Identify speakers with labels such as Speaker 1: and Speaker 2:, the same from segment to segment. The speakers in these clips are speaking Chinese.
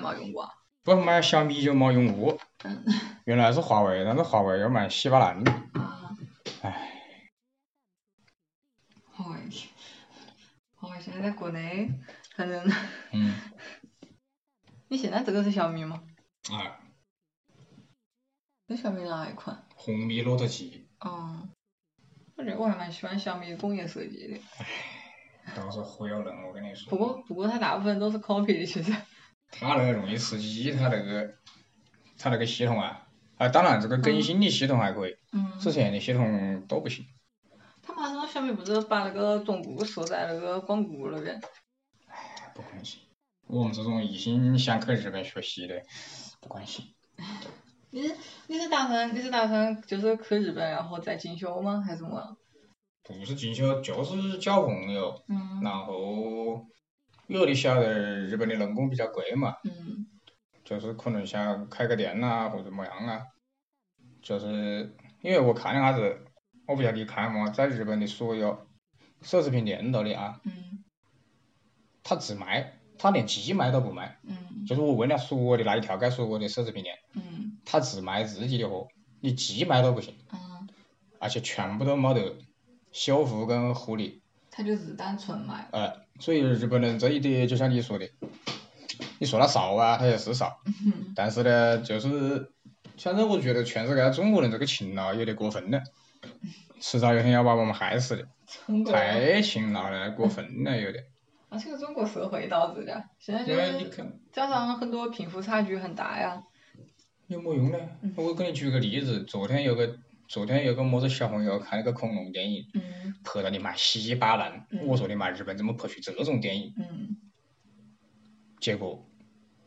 Speaker 1: 毛绒过？
Speaker 2: 不买香米就毛绒布
Speaker 1: 嗯，
Speaker 2: 原来是华为，但是华为要买西巴兰的，
Speaker 1: 啊，
Speaker 2: 唉，
Speaker 1: 华为，华为现在在国内，反正
Speaker 2: 嗯，
Speaker 1: 你现在这个是小米吗？
Speaker 2: 哎，
Speaker 1: 这小米哪一款？
Speaker 2: 红米骆驼旗，
Speaker 1: 哦，我觉得我还蛮喜欢小米的工业设计的，
Speaker 2: 都是忽悠人，我跟你
Speaker 1: 不
Speaker 2: 说，
Speaker 1: 过不过它大部分都是 copy 的，其实。
Speaker 2: 他那个容易吃鸡，他那个，他那个系统啊，啊，当然这个更新的系统还可以，
Speaker 1: 嗯。
Speaker 2: 之前的系统都不行，
Speaker 1: 他妈上小米不是把那个总部设在那个光谷那边？
Speaker 2: 哎不关心，我们这种一心想去日本学习的，不关心，
Speaker 1: 你是你是打算你是打算就是去日本然后再进修吗？还是怎么样？
Speaker 2: 不是进修就是交朋友。
Speaker 1: 嗯
Speaker 2: 然后，因为你晓得日本的人工比较贵嘛，
Speaker 1: 嗯
Speaker 2: 就是可能想开个店呐、或者么样啊，就是因为我看了下子，我不晓得你看嘛，在日本的所有奢侈品店那里啊，
Speaker 1: 嗯
Speaker 2: 他只卖，他连寄卖都不卖，
Speaker 1: 嗯
Speaker 2: 就是我问了所有的那一条街所有的奢侈品店，
Speaker 1: 嗯
Speaker 2: 他只卖自己的货，你寄卖都不行，
Speaker 1: 嗯，
Speaker 2: 而且全部都没得修复跟护理。
Speaker 1: 他就是单纯买。
Speaker 2: 哎，所以日本人这一点就像你说的，你说他少啊，他也是少，
Speaker 1: 嗯
Speaker 2: 但是呢，就是反正我觉得全世界中国人这个勤劳有点过分了，迟早有一天要把我们害死的，
Speaker 1: 中国，
Speaker 2: 太勤劳了，过分了有点。
Speaker 1: 而且中国社会导致的，现在就
Speaker 2: 因为你
Speaker 1: 是
Speaker 2: 看
Speaker 1: 加上很多贫富差距很大呀。
Speaker 2: 有没用呢？
Speaker 1: 嗯
Speaker 2: 我给你举个例子，昨天有个昨天有个么子小朋友看了个恐龙电影，
Speaker 1: 嗯
Speaker 2: 拍到你妈稀巴烂，
Speaker 1: 嗯
Speaker 2: 我说你妈日本怎么拍出这种电影？
Speaker 1: 嗯
Speaker 2: 结果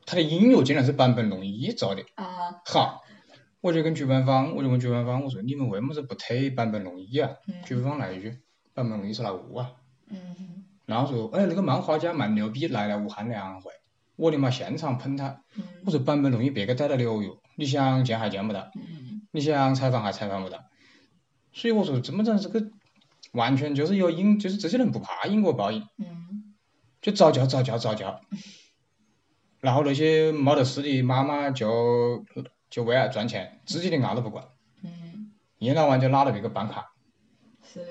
Speaker 2: 他的音乐竟然是坂本龙一做的。
Speaker 1: 啊
Speaker 2: 好，我就跟主办方，我就问主办方，我说你们为么子不推版本龙一啊？
Speaker 1: 嗯
Speaker 2: 主办方来一句，版本龙一是来武啊。
Speaker 1: 嗯
Speaker 2: 然后说，哎，那个漫画家蛮牛逼，来了武汉两回，我的妈现场喷他。
Speaker 1: 嗯
Speaker 2: 我说版本龙一别个带到纽约，你想见还见不到，
Speaker 1: 嗯
Speaker 2: 你想采访还采访不到。所以我说，怎么讲这个完全就是有因，就是这些人不怕因果报应，
Speaker 1: 嗯
Speaker 2: 就早教早教早教。然后那些没得事的妈妈就就为了赚钱，自己的娃都不管。
Speaker 1: 嗯，
Speaker 2: 一天到晚就拉着别个办卡，
Speaker 1: 是的。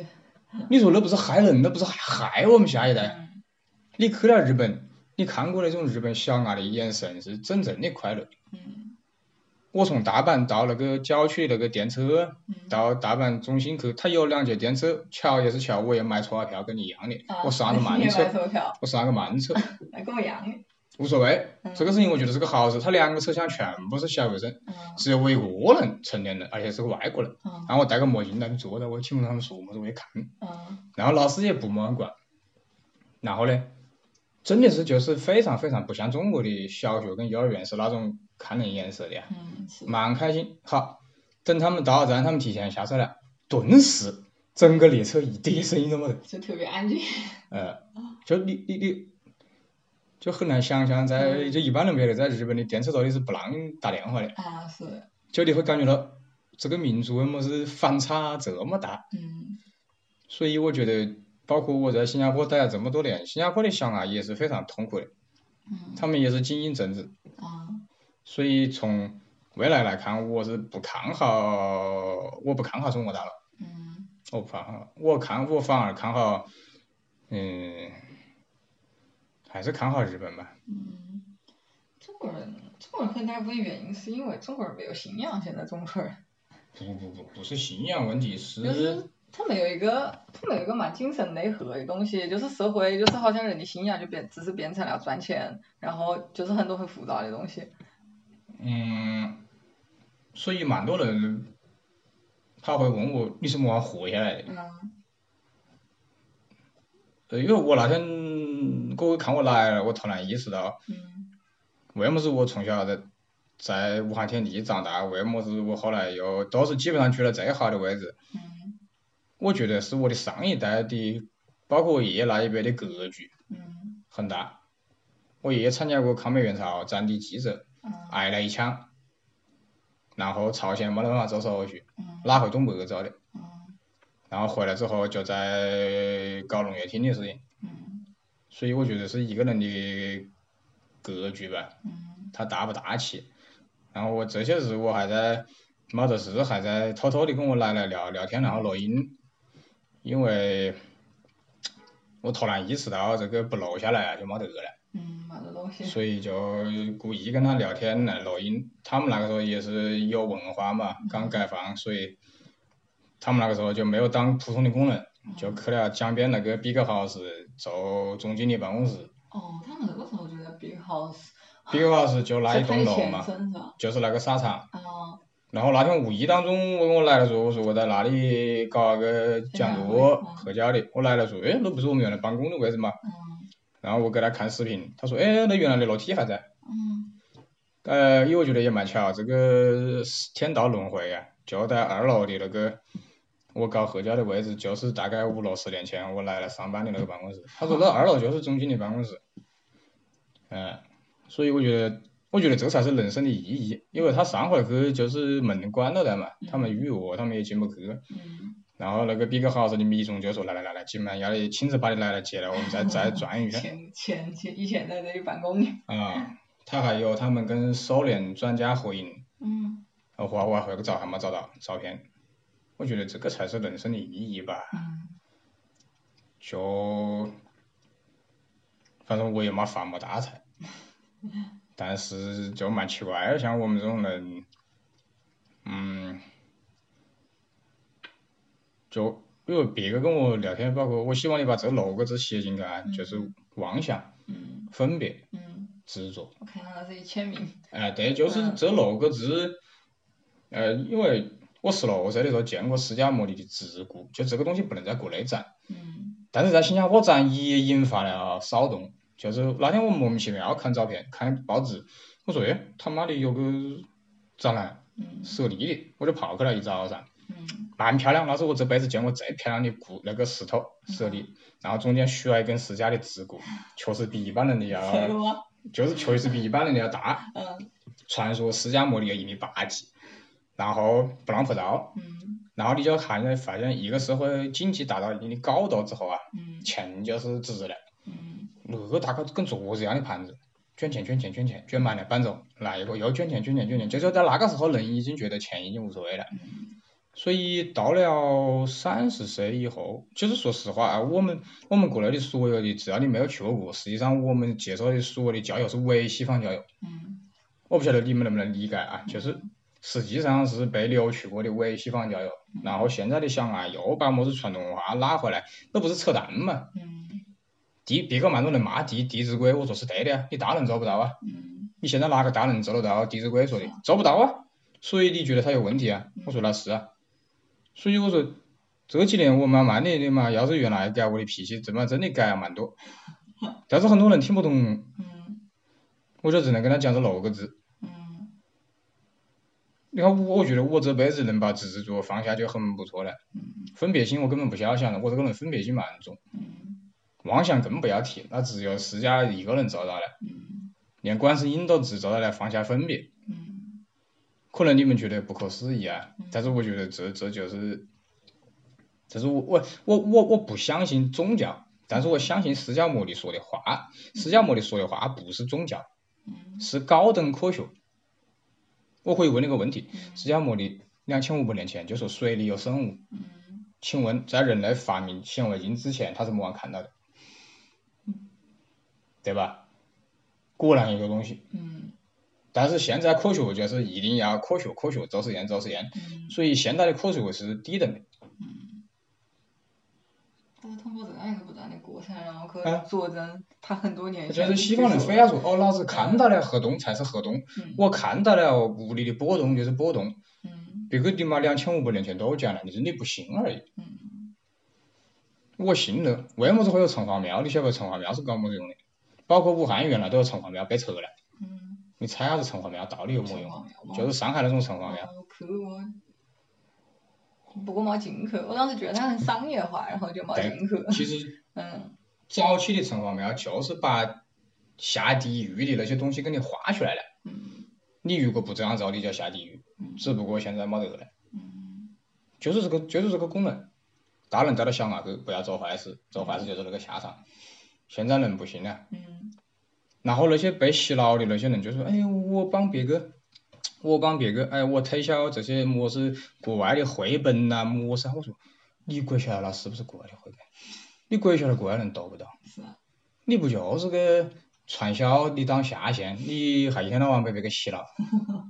Speaker 2: 你说那不是害人，那不是害我们下一代？
Speaker 1: 嗯
Speaker 2: 你去了日本，你看过那种日本小伢的眼神是真正的快乐。
Speaker 1: 嗯
Speaker 2: 我从大阪到那个郊区那个电车，
Speaker 1: 嗯
Speaker 2: 到大阪中心去，它有两节电车，巧也是巧，我也买错了票，跟你一样的
Speaker 1: 啊，
Speaker 2: 我上个 慢
Speaker 1: 你也买
Speaker 2: 车，
Speaker 1: 投票，
Speaker 2: 我上个慢车，
Speaker 1: 那跟我一样的。
Speaker 2: 无所谓
Speaker 1: 嗯。
Speaker 2: 这个事情我觉得是个好事，他两个车厢全部是小学生，
Speaker 1: 嗯
Speaker 2: 只有我一个人成年人，而且是个外国人。
Speaker 1: 嗯
Speaker 2: 然后我戴个墨镜在那坐着，我也听不懂他们说么子，我也看不懂。
Speaker 1: 嗯
Speaker 2: 然后老师也不么管，然后呢，真的是就是非常非常不像中国的小学跟幼儿园是那种看人眼色的呀，
Speaker 1: 嗯，是的。
Speaker 2: 蛮开心。好，等他们到站，他们提前下车了，顿时整个列车一点声音都没得，
Speaker 1: 就特别安静。
Speaker 2: 呃，就你你你，就很难想象在就一般人别的在日本的电车道里是不让打电话的，
Speaker 1: 啊，是的，
Speaker 2: 就你会感觉到这个民族为么是反差这么大。
Speaker 1: 嗯
Speaker 2: 所以我觉得，包括我在新加坡待了这么多年，新加坡的小孩也是非常痛苦的，
Speaker 1: 嗯
Speaker 2: 他们也是精英政治，
Speaker 1: 啊，
Speaker 2: 所以从未来来看，我是不看好，我不看好中国大陆，
Speaker 1: 嗯
Speaker 2: 我不看好，我看我反而看好，嗯，还是看好日本吧。
Speaker 1: 嗯，中国人，中国人很大部分原因是因为中国人没有信仰。现在中国人
Speaker 2: 不不不，不是信仰问题，
Speaker 1: 就是
Speaker 2: 是
Speaker 1: 他没有一个，他没有一个蛮精神内核的东西，就是社会，就是好像人的信仰就变，只是变成了赚钱，然后就是很多很复杂的东西。
Speaker 2: 嗯，所以蛮多人他会问我你是么样活下来的。
Speaker 1: 嗯
Speaker 2: 呃，因为我那天各位看我来了，我突然意识到，
Speaker 1: 嗯
Speaker 2: 为么子我从小在在武汉天地长大，为么子我后来又都是基本上去了最好的位置？
Speaker 1: 嗯
Speaker 2: 我觉得是我的上一代的，包括我爷爷那一辈的格局
Speaker 1: 嗯
Speaker 2: 很大。我爷爷参加过抗美援朝，战地记者，
Speaker 1: 嗯
Speaker 2: 挨了一枪，然后朝鲜没得办法做手续，
Speaker 1: 嗯
Speaker 2: 拉回东北走的，
Speaker 1: 嗯
Speaker 2: 然后回来之后就在搞农业厅的事情。
Speaker 1: 嗯
Speaker 2: 所以我觉得是一个人的格局吧。
Speaker 1: 嗯，
Speaker 2: 它大不大气。然后我这些日我还在没得事，还在偷偷的跟我奶奶聊聊天，然后录音，因为我突然意识到这个不录下来啊就没得了。
Speaker 1: 嗯，没得东西。
Speaker 2: 所以就故意跟他聊天来录音。他们那个时候也是有文化嘛，刚改放，所以他们那个时候就没有当普通的工人，就去了江边那个 Big House 做总经理办公室。
Speaker 1: 哦，他们那个时候就在 Big House，
Speaker 2: Big House 就那
Speaker 1: 在
Speaker 2: 一
Speaker 1: 它
Speaker 2: 栋
Speaker 1: 的
Speaker 2: 楼
Speaker 1: 前
Speaker 2: 嘛，
Speaker 1: 身是吧？
Speaker 2: 就是那个沙场。
Speaker 1: 啊，
Speaker 2: 然后那天无意当中，我跟我奶奶说，我说我在那里搞个讲座，
Speaker 1: 哦
Speaker 2: 客家的。我奶奶说，哎，那不是我们原来办公的位置嘛？
Speaker 1: 嗯
Speaker 2: 然后我给她看视频，她说，哎，那原来的楼梯还在。
Speaker 1: 嗯
Speaker 2: 呃，因为我觉得也蛮巧，这个天道轮回啊，就在二楼的那个我搞合家的位置，就是大概五六十年前我来了上班的那个办公室。他说那二楼就是总经理办公室，嗯，所以我觉得，我觉得这才是人生的意义，因为他上回去就是门关了的嘛，他们预约他们也进不去。
Speaker 1: 嗯，
Speaker 2: 然后那个 Big House 的米总就说来来来来，今晚要得亲自把你奶奶接来，我们再再转一圈。
Speaker 1: 前前前以前在这里办公的。
Speaker 2: 啊，他还有他们跟收敛专家合影。
Speaker 1: 嗯
Speaker 2: 然后我还有个照还没找到照片，我觉得这个才是人生的意义吧。
Speaker 1: 嗯
Speaker 2: 就反正我也没发没大财， 但是就蛮奇怪的，像我们这种人，嗯，就因为别个跟我聊天，包括我希望你把这六个字写进来，就是妄想、
Speaker 1: 嗯
Speaker 2: 分别、
Speaker 1: 嗯，
Speaker 2: 执着。
Speaker 1: 我看到了这一签名。
Speaker 2: 哎，对，就是
Speaker 1: 嗯
Speaker 2: 这六个字，呃，因为我十六岁的时候见过释迦牟尼的自古，就这个东西不能在国内展，
Speaker 1: 嗯
Speaker 2: 但是在新加坡展也引发了骚动。就是那天我莫名其妙看照片，看报纸，我说，哎，他妈的有个展览
Speaker 1: 嗯
Speaker 2: 舍利的，我就跑去了一早上，
Speaker 1: 嗯
Speaker 2: 蛮漂亮，那是我这辈子见过最漂亮的骨那个石头
Speaker 1: 嗯
Speaker 2: 舍利，然后中间续了一根释迦的指骨，确实比一般人 的
Speaker 1: 这
Speaker 2: 要，
Speaker 1: 个吗？
Speaker 2: 就是确实比一般人的要大。
Speaker 1: 嗯
Speaker 2: 传说释迦牟尼有一米八几，然后不让拍照，
Speaker 1: 嗯
Speaker 2: 然后你就看见发现一个社会经济达到一定的高度之后啊，
Speaker 1: 嗯
Speaker 2: 钱就是值了，
Speaker 1: 嗯
Speaker 2: 那个大概跟桌子一样的盘子，捐钱捐钱捐钱捐满了搬走，来一个又捐钱捐钱捐钱，就是在那个时候人已经觉得钱已经无所谓了，
Speaker 1: 嗯
Speaker 2: 所以到了三十岁以后，其实说实话啊，我们我们国内的所有的，只要你没有去过国，实际上我们接受的所有的教育是伪西方教育。
Speaker 1: 嗯
Speaker 2: 我不晓得你们能不能理解啊，就是实际上是被扭曲过的伪西方教育，然后现在的想啊，又把么子传统文化拉回来，那不是扯淡嘛？
Speaker 1: 嗯
Speaker 2: 敌别个蛮多人骂敌《弟子规》，我说是对的啊，你大人做不到啊，
Speaker 1: 嗯
Speaker 2: 你现在哪个大人做得到《弟子规》说的做不到啊？所以你觉得它有问题啊？我说那是啊，所以我说这几年我慢慢的嘛，要是原来改我的脾气，怎么真的改了蛮多，但是很多人听不懂，
Speaker 1: 嗯
Speaker 2: 我就只能跟他讲这六个字。
Speaker 1: 嗯
Speaker 2: 你看我，我觉得我这辈子能把执着放下就很不错了。分别心我根本不想想的，我这个人分别心蛮重，
Speaker 1: 嗯
Speaker 2: 妄想更不要提，那只有释迦一个人做到了，
Speaker 1: 嗯
Speaker 2: 连观世音都只做到了放下分别。
Speaker 1: 嗯
Speaker 2: 可能你们觉得不可思议啊，但是我觉得这这就是，这是我我我我我不相信宗教，但是我相信释迦牟尼说的话，释迦牟尼说的话不是宗教，
Speaker 1: 嗯
Speaker 2: 是高等科学。我可以问你个问题：释迦牟尼两千五百年前就说水里有生物，
Speaker 1: 嗯
Speaker 2: 请问在人类发明显微镜之前，他是没人看到的，
Speaker 1: 嗯
Speaker 2: 对吧？果然一个东西，
Speaker 1: 嗯
Speaker 2: 但是现在科学就是一定要科学，科学做实验，做实验，
Speaker 1: 嗯。
Speaker 2: 所以现在的科学是低等的。
Speaker 1: 但是通过这样一个不断的过程，然后去
Speaker 2: 啊
Speaker 1: 佐证他很多年
Speaker 2: 就
Speaker 1: 前
Speaker 2: 是
Speaker 1: 的
Speaker 2: 西方人
Speaker 1: 技术
Speaker 2: 非要说，哦，老子看到了核动才是核动，
Speaker 1: 嗯
Speaker 2: 我看到了物理的波动就是波动，
Speaker 1: 嗯
Speaker 2: 别个你妈两千五百年前都讲了，你真的不信而已。
Speaker 1: 嗯
Speaker 2: 我信了，为么子会有城隍庙？你晓不？城隍庙是搞么子用的？包括武汉原来都有城隍庙被撤了，
Speaker 1: 嗯，
Speaker 2: 你猜下子城隍庙到底有没
Speaker 1: 城
Speaker 2: 用？
Speaker 1: 隍庙嘛
Speaker 2: 就是上海那种城隍
Speaker 1: 然
Speaker 2: 庙，
Speaker 1: 后去我，不过没进去，我当时觉得它很商业化，然后就没进去。
Speaker 2: 其实
Speaker 1: 嗯
Speaker 2: 早期的城隍庙就是把下地狱的那些东西给你画出来了。
Speaker 1: 嗯
Speaker 2: 你如果不这样做，你就下地狱。只不过现在没得了，
Speaker 1: 嗯
Speaker 2: 就是这个，就是这个功能。大人在那想啊，去不要做坏事，做坏事就是那个下场。现在人不行了，
Speaker 1: 嗯
Speaker 2: 然后那些被洗脑的那些人就说：“哎，我帮别个，我帮别个，哎，我推销这些么是国外的绘本呐、么是啊。”我说：“你鬼晓得那是不是国外的绘本？你鬼晓得国外人懂不懂？
Speaker 1: 是啊，
Speaker 2: 你不就是个传销的当下线，你还一天到晚被别个洗脑，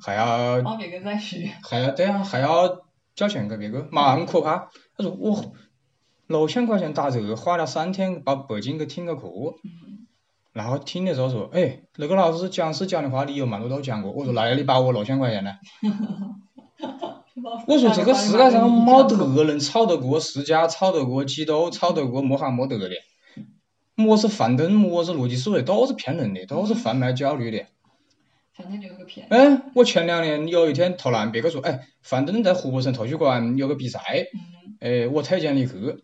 Speaker 2: 还要
Speaker 1: 帮别个在洗，
Speaker 2: 还要对啊，还要交钱给别个，蛮可怕。他说我六千块钱打折，花了三天到北京去听个课，
Speaker 1: 嗯，
Speaker 2: 然后听的时候说，哎，那个老师讲是讲的话，你有蛮多都讲过。我说来，你把我六千块钱呢？我说这个世界上没得人吵得过私家，吵得过激斗，吵得过没喊没得的。么是樊登，么是逻辑思维，都是骗人的，都是贩卖焦虑的。
Speaker 1: 反正就是个骗子，
Speaker 2: 哎，我前两年有一天突然别个说，哎，樊登在湖北省图书馆有个比赛，
Speaker 1: 嗯，
Speaker 2: 哎，我推荐你去。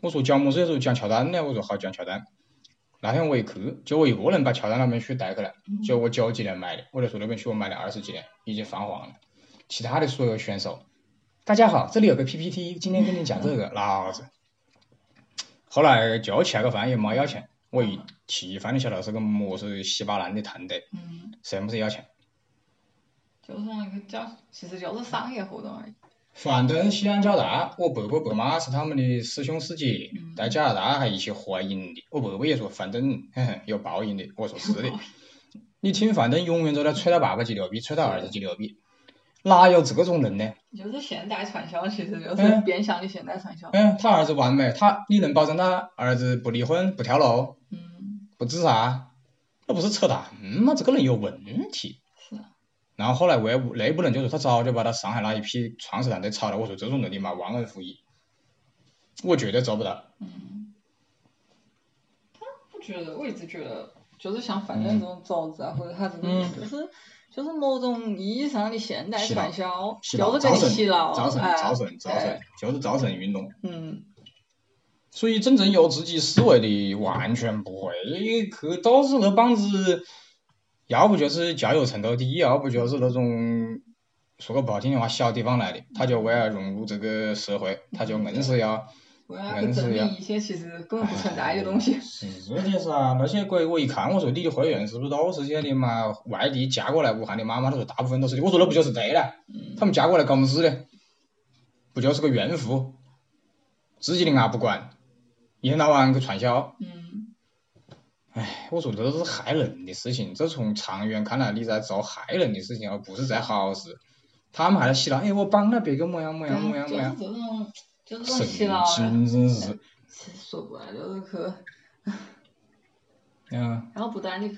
Speaker 2: 我说讲么子？说讲乔丹呢？我说好讲乔丹。那天我一去，就我一个人把乔丹那本书带过来，就我九几年买的，我就说那本书我买了二十几年，已经泛黄了。其他的所有选手，大家好，这里有个 PPT，今天跟你讲这个，老子。后来就吃个饭也没要钱，我一吃饭就晓得是个么是西巴兰的团队，
Speaker 1: 嗯，
Speaker 2: 谁么子要钱？
Speaker 1: 就是那个叫，其实就是商业活动而已，
Speaker 2: 反正西安交大，我伯伯伯妈是他们的师兄师姐
Speaker 1: 嗯，
Speaker 2: 在加拿大还一起合影的。我伯伯也说，反正嘿嘿有报应的。我说是的，你听，反正永远都在吹他爸爸几牛逼，吹他儿子几牛逼，哪有这种人呢？
Speaker 1: 就是现代传销，其实就是
Speaker 2: 哎
Speaker 1: 变相的现代传销，
Speaker 2: 嗯，他儿子完美，他你能保证他儿子不离婚、不跳楼、
Speaker 1: 嗯，
Speaker 2: 不自杀？啊那不是扯淡吗？这个人有问题。
Speaker 1: 是啊，
Speaker 2: 然后后来外部内部人就说他早就把他上海那一批创始团队炒了。我说这种人你妈忘恩负义，我绝对做不到。
Speaker 1: 嗯，他不觉得，我一直觉得，就是像反正这种组织啊，或者他这种，
Speaker 2: 嗯
Speaker 1: 就是就是某种意义上的现代
Speaker 2: 洗脑
Speaker 1: 传销，
Speaker 2: 洗
Speaker 1: 就
Speaker 2: 脑，
Speaker 1: 是给你
Speaker 2: 神，
Speaker 1: 洗脑，
Speaker 2: 招神，
Speaker 1: 哎
Speaker 2: 招神，招神，就是招神运动。
Speaker 1: 嗯，
Speaker 2: 所以真正有自己思维的，完全不会去，都是那帮子，要不就是教育程度低，要不就是那种说个不好听的话，小地方来的，他就为了融入这个社会，他就硬是要
Speaker 1: 我要去整理一些其实根本不存在
Speaker 2: 哎
Speaker 1: 的东西，
Speaker 2: 是的噻，那些鬼我一看，我说你的会员是不是都是些你妈外地嫁过来武汉的妈妈？她说大部分都是的。我说那不就是贼了？
Speaker 1: 嗯
Speaker 2: 他们嫁过来公司的，不就是个怨妇？自己的伢不管，一天到晚去传销。
Speaker 1: 嗯，
Speaker 2: 哎，我说这都是害人的事情，这从长远看来，你在做害人的事情，而不是在好事。他们还在洗脑，哎，我帮了别个么样么样么样
Speaker 1: 就
Speaker 2: 么
Speaker 1: 是
Speaker 2: 样，
Speaker 1: 这种，啊就是这种
Speaker 2: 神
Speaker 1: 洗脑啊，
Speaker 2: 经真是，
Speaker 1: 其实说白了就是去。
Speaker 2: 嗯，
Speaker 1: 然后不断的去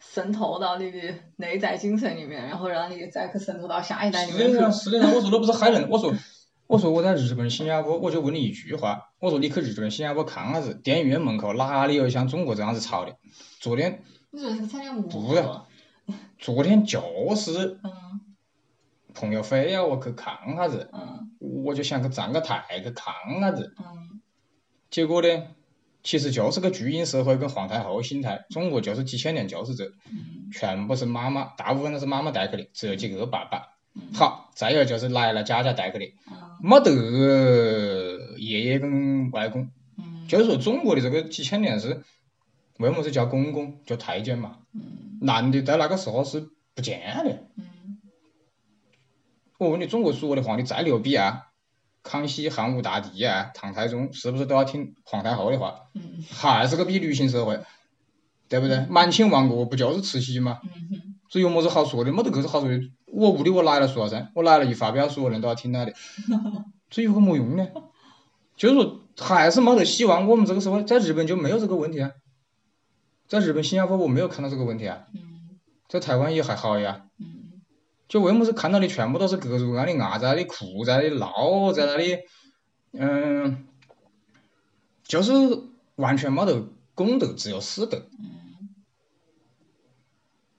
Speaker 1: 渗透到你的内在精神里面，然后让你再去渗透到下一代里面
Speaker 2: 是啊
Speaker 1: 去
Speaker 2: 的。呀，是的呀。我说那不是害人，我说我说我在日本、新加坡，我就问你一句话，我说你去日本、新加坡看下子，电影院门口哪里有像中国这样子吵的？昨天
Speaker 1: 你说是参加舞
Speaker 2: 不是啊昨天就是
Speaker 1: 嗯
Speaker 2: 朋友非要我去看下子，
Speaker 1: 嗯
Speaker 2: 我就想去站个台去看下子，
Speaker 1: 嗯，
Speaker 2: 结果呢，其实就是个巨婴社会跟皇太后心态，中国就是几千年就是这，
Speaker 1: 嗯
Speaker 2: 全部是妈妈，大部分都是妈妈带去的，只有几个爸爸。
Speaker 1: 嗯
Speaker 2: 好，再有就是奶奶家家带去的。
Speaker 1: 嗯
Speaker 2: 没得爷爷跟外公，
Speaker 1: 嗯，
Speaker 2: 就是说中国的这个几千年是为么子叫公公叫太监嘛？
Speaker 1: 嗯
Speaker 2: 男的在那个时候是不见的。
Speaker 1: 嗯
Speaker 2: 我问你，中国所有的皇帝再牛逼啊，康熙、汉武大帝啊、唐太宗，是不是都要听皇太后的话？
Speaker 1: 嗯
Speaker 2: 还是个比女性社会，对不对？满清亡国不就是慈禧吗？
Speaker 1: 嗯哼，
Speaker 2: 这有么子好说的？没得个是好说的。我屋里我奶奶说了噻，我奶奶一发表，所有人都要听她的，这有个么用呢？就是说，还是没得希望。我们这个社会在日本就没有这个问题啊，在日本、新加坡我没有看到这个问题啊，
Speaker 1: 嗯
Speaker 2: 在台湾也还好呀。
Speaker 1: 嗯
Speaker 2: 就为么子看到的全部都是各种各样的伢在那里哭，在那里闹，在那里，嗯，就是完全没得公德，只有私德。
Speaker 1: 嗯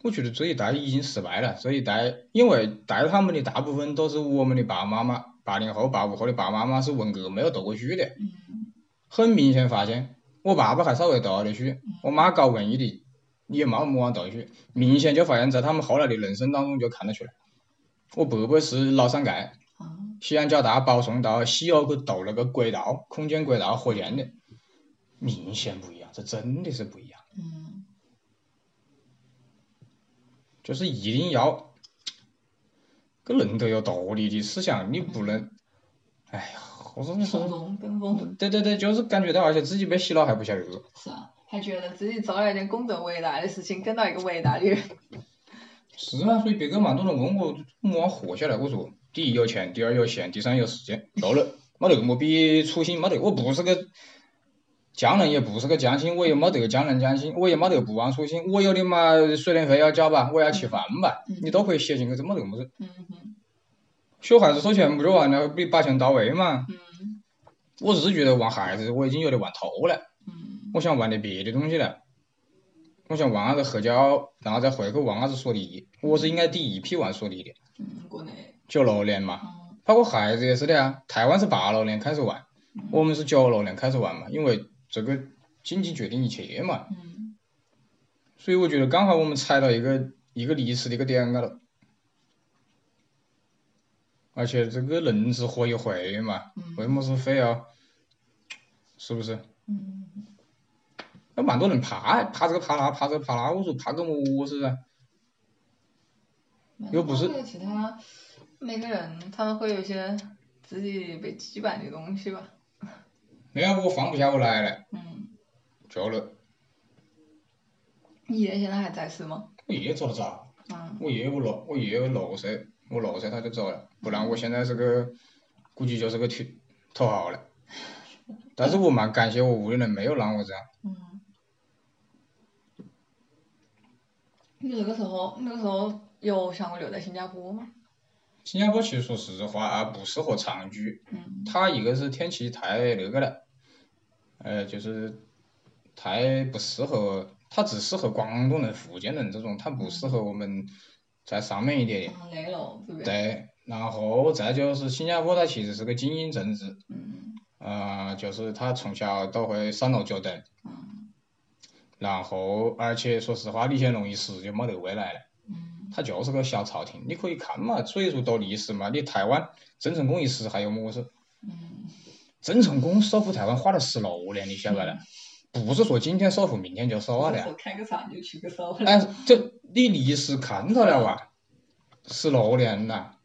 Speaker 2: 我觉得这一代已经失败了，这一代因为带他们的大部分都是我们的爸妈妈，八零后、八五后的爸妈妈是文革没有读过书的，
Speaker 1: 嗯
Speaker 2: 很明显发现，我爸爸还稍微读了点书，
Speaker 1: 嗯
Speaker 2: 我妈搞文艺的也没么样读书，明显就发现在他们后来的人生当中就看得出来。我伯伯是老上盖，
Speaker 1: 啊
Speaker 2: 西安交大保送到西欧去读了个轨道、空间轨道火箭的，明显不一样，这真的是不一样。
Speaker 1: 嗯
Speaker 2: 就是一定要跟人都有道理的思想，你不能，哎呀，我说你
Speaker 1: 冲
Speaker 2: 说，
Speaker 1: 动跟风。
Speaker 2: 对对对，就是感觉到而且自己被洗脑还不晓得，
Speaker 1: 是啊，还觉得自己做了一件工作伟大的事情，跟到一个伟大的人。
Speaker 2: 是啊，所以别个蛮多人问我怎么活下来，我说第一有钱，第二有闲，第三有时间，够了，没得我比初心没得，我不是个匠人，也不是个匠心，我也没得匠人匠心，我也没得不忘初心，我有的嘛水电费要交吧，我要吃饭吧
Speaker 1: 嗯，
Speaker 2: 啊你都可以写进去，这没得么事。
Speaker 1: 嗯哼，
Speaker 2: 小孩子收钱不就完了，你把钱到位嘛。
Speaker 1: 嗯
Speaker 2: 我只是觉得玩孩子我已经有点玩透了，
Speaker 1: 嗯
Speaker 2: 我想玩点别的东西了。我想玩啥子黑胶，然后再回去玩啥子索尼。我是应该第一批玩索尼的，
Speaker 1: 嗯，国内，
Speaker 2: 九六年嘛。
Speaker 1: 嗯
Speaker 2: 包括孩子也是的呀，台湾是八六年开始玩
Speaker 1: 嗯，
Speaker 2: 我们是九六年开始玩嘛，因为这个经济决定一切嘛，
Speaker 1: 嗯
Speaker 2: 所以我觉得刚好我们踩到一个一个历史的一个点高头，而且这个人只活一回嘛，为
Speaker 1: 嗯
Speaker 2: 么子非要，是不是？
Speaker 1: 嗯，
Speaker 2: 那蛮多人怕，怕这个怕那，怕这个怕那，我说怕个么事啊？又不是
Speaker 1: 然后还有其他，每个人他会有一些自己被羁绊的东西吧。
Speaker 2: 没有，我放不下我来了，
Speaker 1: 嗯，
Speaker 2: 就了，
Speaker 1: 你爷现在还在世吗？
Speaker 2: 我爷走得早。
Speaker 1: 嗯
Speaker 2: 我爷我六我爷六岁，我六岁他就走了，不然我现在是个估计就是个土土豪了。但是我蛮感谢我屋里人没有让我这样，
Speaker 1: 嗯，你那个时候，那个时候有想过留在新加坡吗？
Speaker 2: 新加坡其实说实话啊不适合长居，
Speaker 1: 嗯
Speaker 2: 它一个是天气太那个了，呃就是太不适合，它只适合广东人、福建人这种，它不适合我们在上面一点
Speaker 1: 啊，雷楼这
Speaker 2: 的。
Speaker 1: 边。
Speaker 2: 对，然后再就是新加坡它其实是个精英政治，
Speaker 1: 嗯
Speaker 2: 呃就是他从小都会上楼就等。
Speaker 1: 嗯
Speaker 2: 然后，而且说实话，李显龙一死就没得未来了，
Speaker 1: 嗯
Speaker 2: 他就是个小朝廷，你可以看嘛，所以说读历史嘛，你台湾郑成功一死还有么事？
Speaker 1: 嗯
Speaker 2: 郑成功收复台湾花了十六年，你晓得了？
Speaker 1: 嗯
Speaker 2: 不是说今天收复明天就收了
Speaker 1: 我
Speaker 2: 的，
Speaker 1: 开个厂就去个烧了。
Speaker 2: 哎，这你历史看到了哇，十六年呐，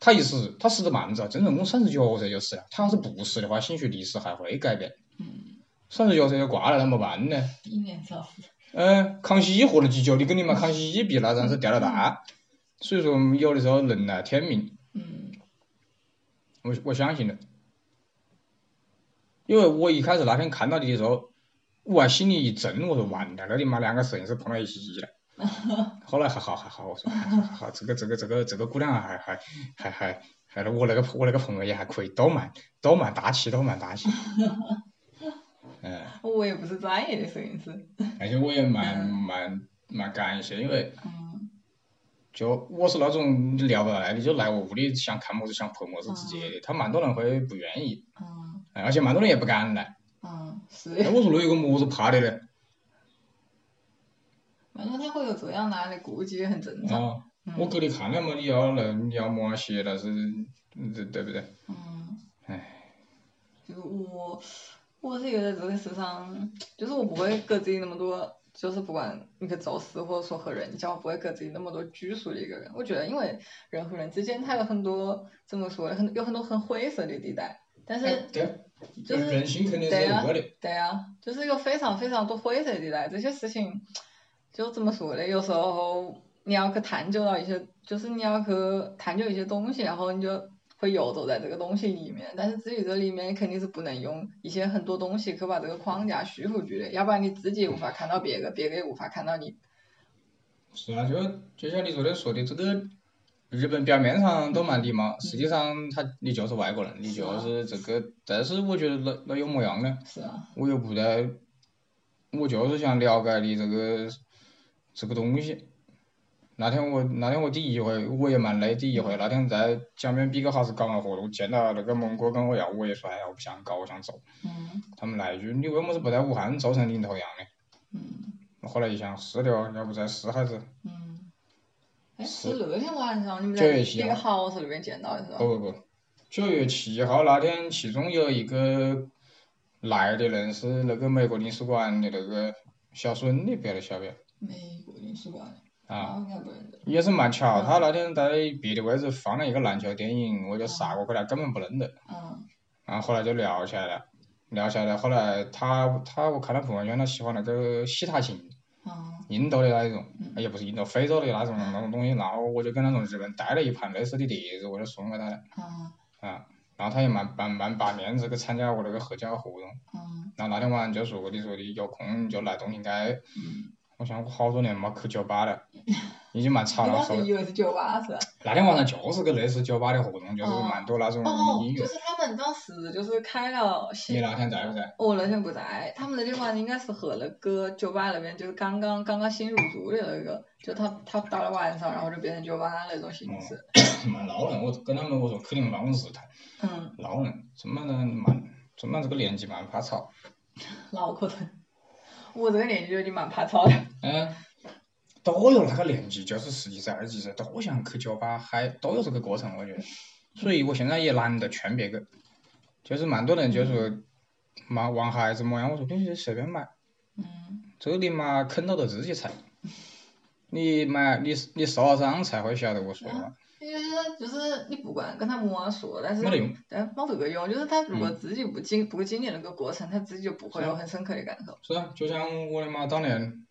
Speaker 2: 他一死，他死得慢着，郑成功三十九岁就死了，他要是不死的话，兴许历史还会改变，
Speaker 1: 嗯，
Speaker 2: 三十九岁就挂了，那么办呢？
Speaker 1: 一年早死。
Speaker 2: 嗯，康熙活了几久？你跟你们康熙比，那真是掉了蛋。所以说，有的时候人呐，天命，
Speaker 1: 嗯
Speaker 2: 我我相信的。因为我一开始那天看到你的时候，我还心里一震，我说完蛋了，你妈两个摄影师碰到一起了。后来还好还好，我说还好这个这个这个这个姑娘还还还还还我那个我那个朋友也还可以，都蛮都蛮大气，都蛮大气。嗯。
Speaker 1: 我也不是专业的摄影师。
Speaker 2: 而且我也蛮
Speaker 1: 嗯
Speaker 2: 蛮蛮感谢，因为
Speaker 1: 嗯
Speaker 2: 就我是那种聊不来的，就来我屋里想看么子想拍么子直接的，他蛮多人会不愿意，
Speaker 1: 嗯
Speaker 2: 哎而且蛮多人也不敢来。
Speaker 1: 嗯，是
Speaker 2: 哎，
Speaker 1: 的。
Speaker 2: 我说那有个么子怕的嘞？
Speaker 1: 反正他会有这样那样的顾忌，很正常。
Speaker 2: 啊，
Speaker 1: 嗯
Speaker 2: 我给你看了嘛，你要能要么些，但是嗯对对不对？
Speaker 1: 嗯，
Speaker 2: 哎，
Speaker 1: 就我，我是觉得这个世上，就是我不会给自己那么多，就是不管你去做事或者说和人交，不会给自己那么多拘束的一个人。我觉得，因为人和人之间，他有很多怎么说呢，很有很多很灰色的地带。但
Speaker 2: 哎
Speaker 1: 是，
Speaker 2: 对，哎
Speaker 1: 就是
Speaker 2: 人性肯定是
Speaker 1: 对啊
Speaker 2: 有的，
Speaker 1: 对啊，就是有非常非常多灰色地带，这些事情就怎么说呢？有时候你要去探究到一些，就是你要去探究一些东西，然后你就会游走在这个东西里面。但是至于这里面，肯定是不能用一些很多东西去把这个框架束缚住的，要不然你自己也无法看到别个，别个也无法看到你。
Speaker 2: 是啊，就就像你昨天说的，这个日本表面上都蛮礼貌，实际上他你就是外国人，你
Speaker 1: 是啊
Speaker 2: 就是这个。但是我觉得那那又么样呢？
Speaker 1: 是啊，
Speaker 2: 我又不在，我就是想了解你这个这个东西。那天我那天我第一回我也蛮累，第一回那天在江边比个哈是搞完活动，见到那个蒙哥跟我要，我也说哎呀我不想搞，我想走。
Speaker 1: 嗯
Speaker 2: 他们来一句你为么子不在武汉做成领头羊呢？
Speaker 1: 嗯
Speaker 2: 我后来一想是的哦，要不在试下子。
Speaker 1: 嗯。哎，
Speaker 2: 是
Speaker 1: 是那天晚上你们
Speaker 2: 这
Speaker 1: 在
Speaker 2: 也行
Speaker 1: 那个 house 里面见到的是吧？
Speaker 2: 不不不，九月七号那天，其中有一个来的人是那个美国领事馆的那个小孙，你不晓得晓不晓得？
Speaker 1: 美国领事馆。
Speaker 2: 啊，
Speaker 1: 应该不认得。
Speaker 2: 也是蛮巧，他那天在别的位置放了一个篮球电影，我就杀过去了，根本不认得。
Speaker 1: 嗯
Speaker 2: 然后后来就聊起来了，聊起来了，后来他他我看他朋友圈，他喜欢那个西塔琴，
Speaker 1: 嗯
Speaker 2: 印度的那一种哎
Speaker 1: 嗯，
Speaker 2: 也不是印度，非洲的那种那种东西。然后我就跟那种日本带了一盘类似的碟子，我就送给他了
Speaker 1: 嗯
Speaker 2: 啊。然后他也蛮蛮蛮把面子去参加我那个合家活动。
Speaker 1: 嗯
Speaker 2: 然后那天晚上就说的说的有空就来东兴街，
Speaker 1: 嗯，
Speaker 2: 我想我好多年没去酒吧了， 已经蛮
Speaker 1: 你
Speaker 2: 吵了
Speaker 1: 当
Speaker 2: 受
Speaker 1: 时
Speaker 2: 不了。
Speaker 1: 以为是酒吧是吧？
Speaker 2: 那天晚上就是个类似酒吧的活动，就是
Speaker 1: 哦
Speaker 2: 蛮多那种
Speaker 1: 哦
Speaker 2: 嗯音，乐
Speaker 1: 就。是他们当时就是开了新，
Speaker 2: 你那天在不在？
Speaker 1: 我那天不在，他们那天晚上应该是和那个酒吧那边就是刚刚刚刚新入驻的那个，就他他到了晚上，然后就变成酒吧那种形式。
Speaker 2: 蛮闹人，我跟他们我说去你们办公室谈，
Speaker 1: 嗯，
Speaker 2: 闹人，怎么呢？蛮怎么这个年纪蛮怕吵？
Speaker 1: 脑壳疼。我这个年纪就已经蛮怕吵的。
Speaker 2: 嗯，都有那个年纪，就是十几岁、二十几岁，都想去酒吧嗨，都有这个过程，我觉得。所以我现在也懒得劝别个，就是蛮多人就说，嘛玩嗨子么样，我说你就随便买，
Speaker 1: 嗯
Speaker 2: 这里嘛坑到的自己踩。你买你你受了伤才会晓得我说的话，，
Speaker 1: 因为就是你不管跟他么说，但是
Speaker 2: 没得嗯用。
Speaker 1: 但没这个用，就是他如果自己不经、不经历那个过程，他自己就不会有很深刻的感受。
Speaker 2: 是啊，就像我的妈当年，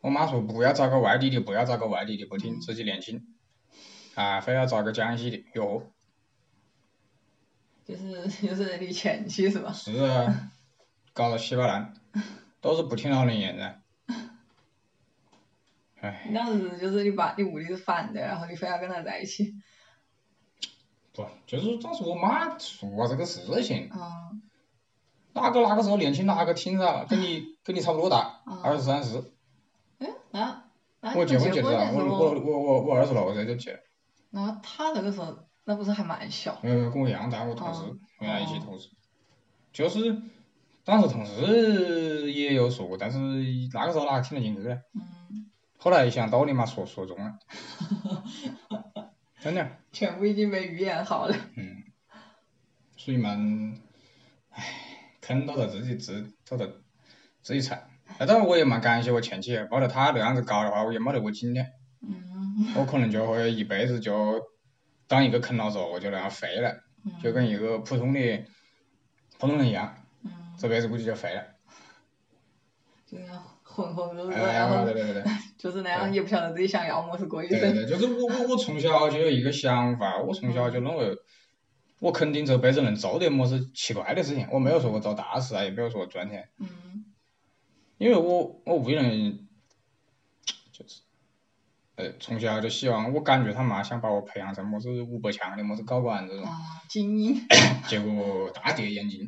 Speaker 2: 我妈说不要找个外地的，不要找个外地的，不听，
Speaker 1: 嗯
Speaker 2: 自己年轻，啊，非要找个江西的，哟，
Speaker 1: 就是 就是你前期是吧？
Speaker 2: 是啊，搞了稀巴烂，都是不听老人言的。哎，
Speaker 1: 你 当时就是你把你屋里是反的，然后你非要跟他在一起。
Speaker 2: 不，就是当时我妈说这个事情，
Speaker 1: 嗯
Speaker 2: 哪个哪个时候年轻，哪个听噻，跟你跟你差不多大，
Speaker 1: 嗯。
Speaker 2: 二十三十，
Speaker 1: 哎，那那你
Speaker 2: 我
Speaker 1: 们
Speaker 2: 结
Speaker 1: 结
Speaker 2: 婚结的
Speaker 1: 婚
Speaker 2: 早，
Speaker 1: 的时
Speaker 2: 我我
Speaker 1: 候，
Speaker 2: 我我我二十六岁就结，
Speaker 1: 然后他那个时候那不是还蛮小？
Speaker 2: 没有没有跟我一样大，我同事
Speaker 1: 哦
Speaker 2: 原来一起同事，就是当时同事也有说，但是那个时候哪个听得进去呢？
Speaker 1: 嗯，
Speaker 2: 后来一想道理嘛，说说中了，真的，
Speaker 1: 全部已经被预言好了。
Speaker 2: 嗯，所以蛮，唉，坑到了自己自到了自己踩。那当然我也蛮感谢我前妻，没得她那样子搞的话，我也没得我 今天，
Speaker 1: 嗯
Speaker 2: 我可能就会一辈子就当一个啃老族，我就那样废了，
Speaker 1: 嗯
Speaker 2: 就跟一个普通的普通人一样。
Speaker 1: 嗯，
Speaker 2: 这辈子估计就废了。
Speaker 1: 就那样浑浑噩噩，哦然
Speaker 2: 哎，
Speaker 1: 后
Speaker 2: 对对对
Speaker 1: 就是那样，也不晓得自己想要么是过一
Speaker 2: 对对
Speaker 1: 生。
Speaker 2: 对，就是我我我从小就有一个想法，我从小就认为，我肯定这辈子能做点么子奇怪的事情。我没有说我做大事啊，也没有说我赚钱，
Speaker 1: 嗯
Speaker 2: 因为我我为人就是，呃，从小就希望，我感觉他妈想把我培养成么子五百强的么子高管 这种，
Speaker 1: 啊，精英。
Speaker 2: 结果大跌眼镜。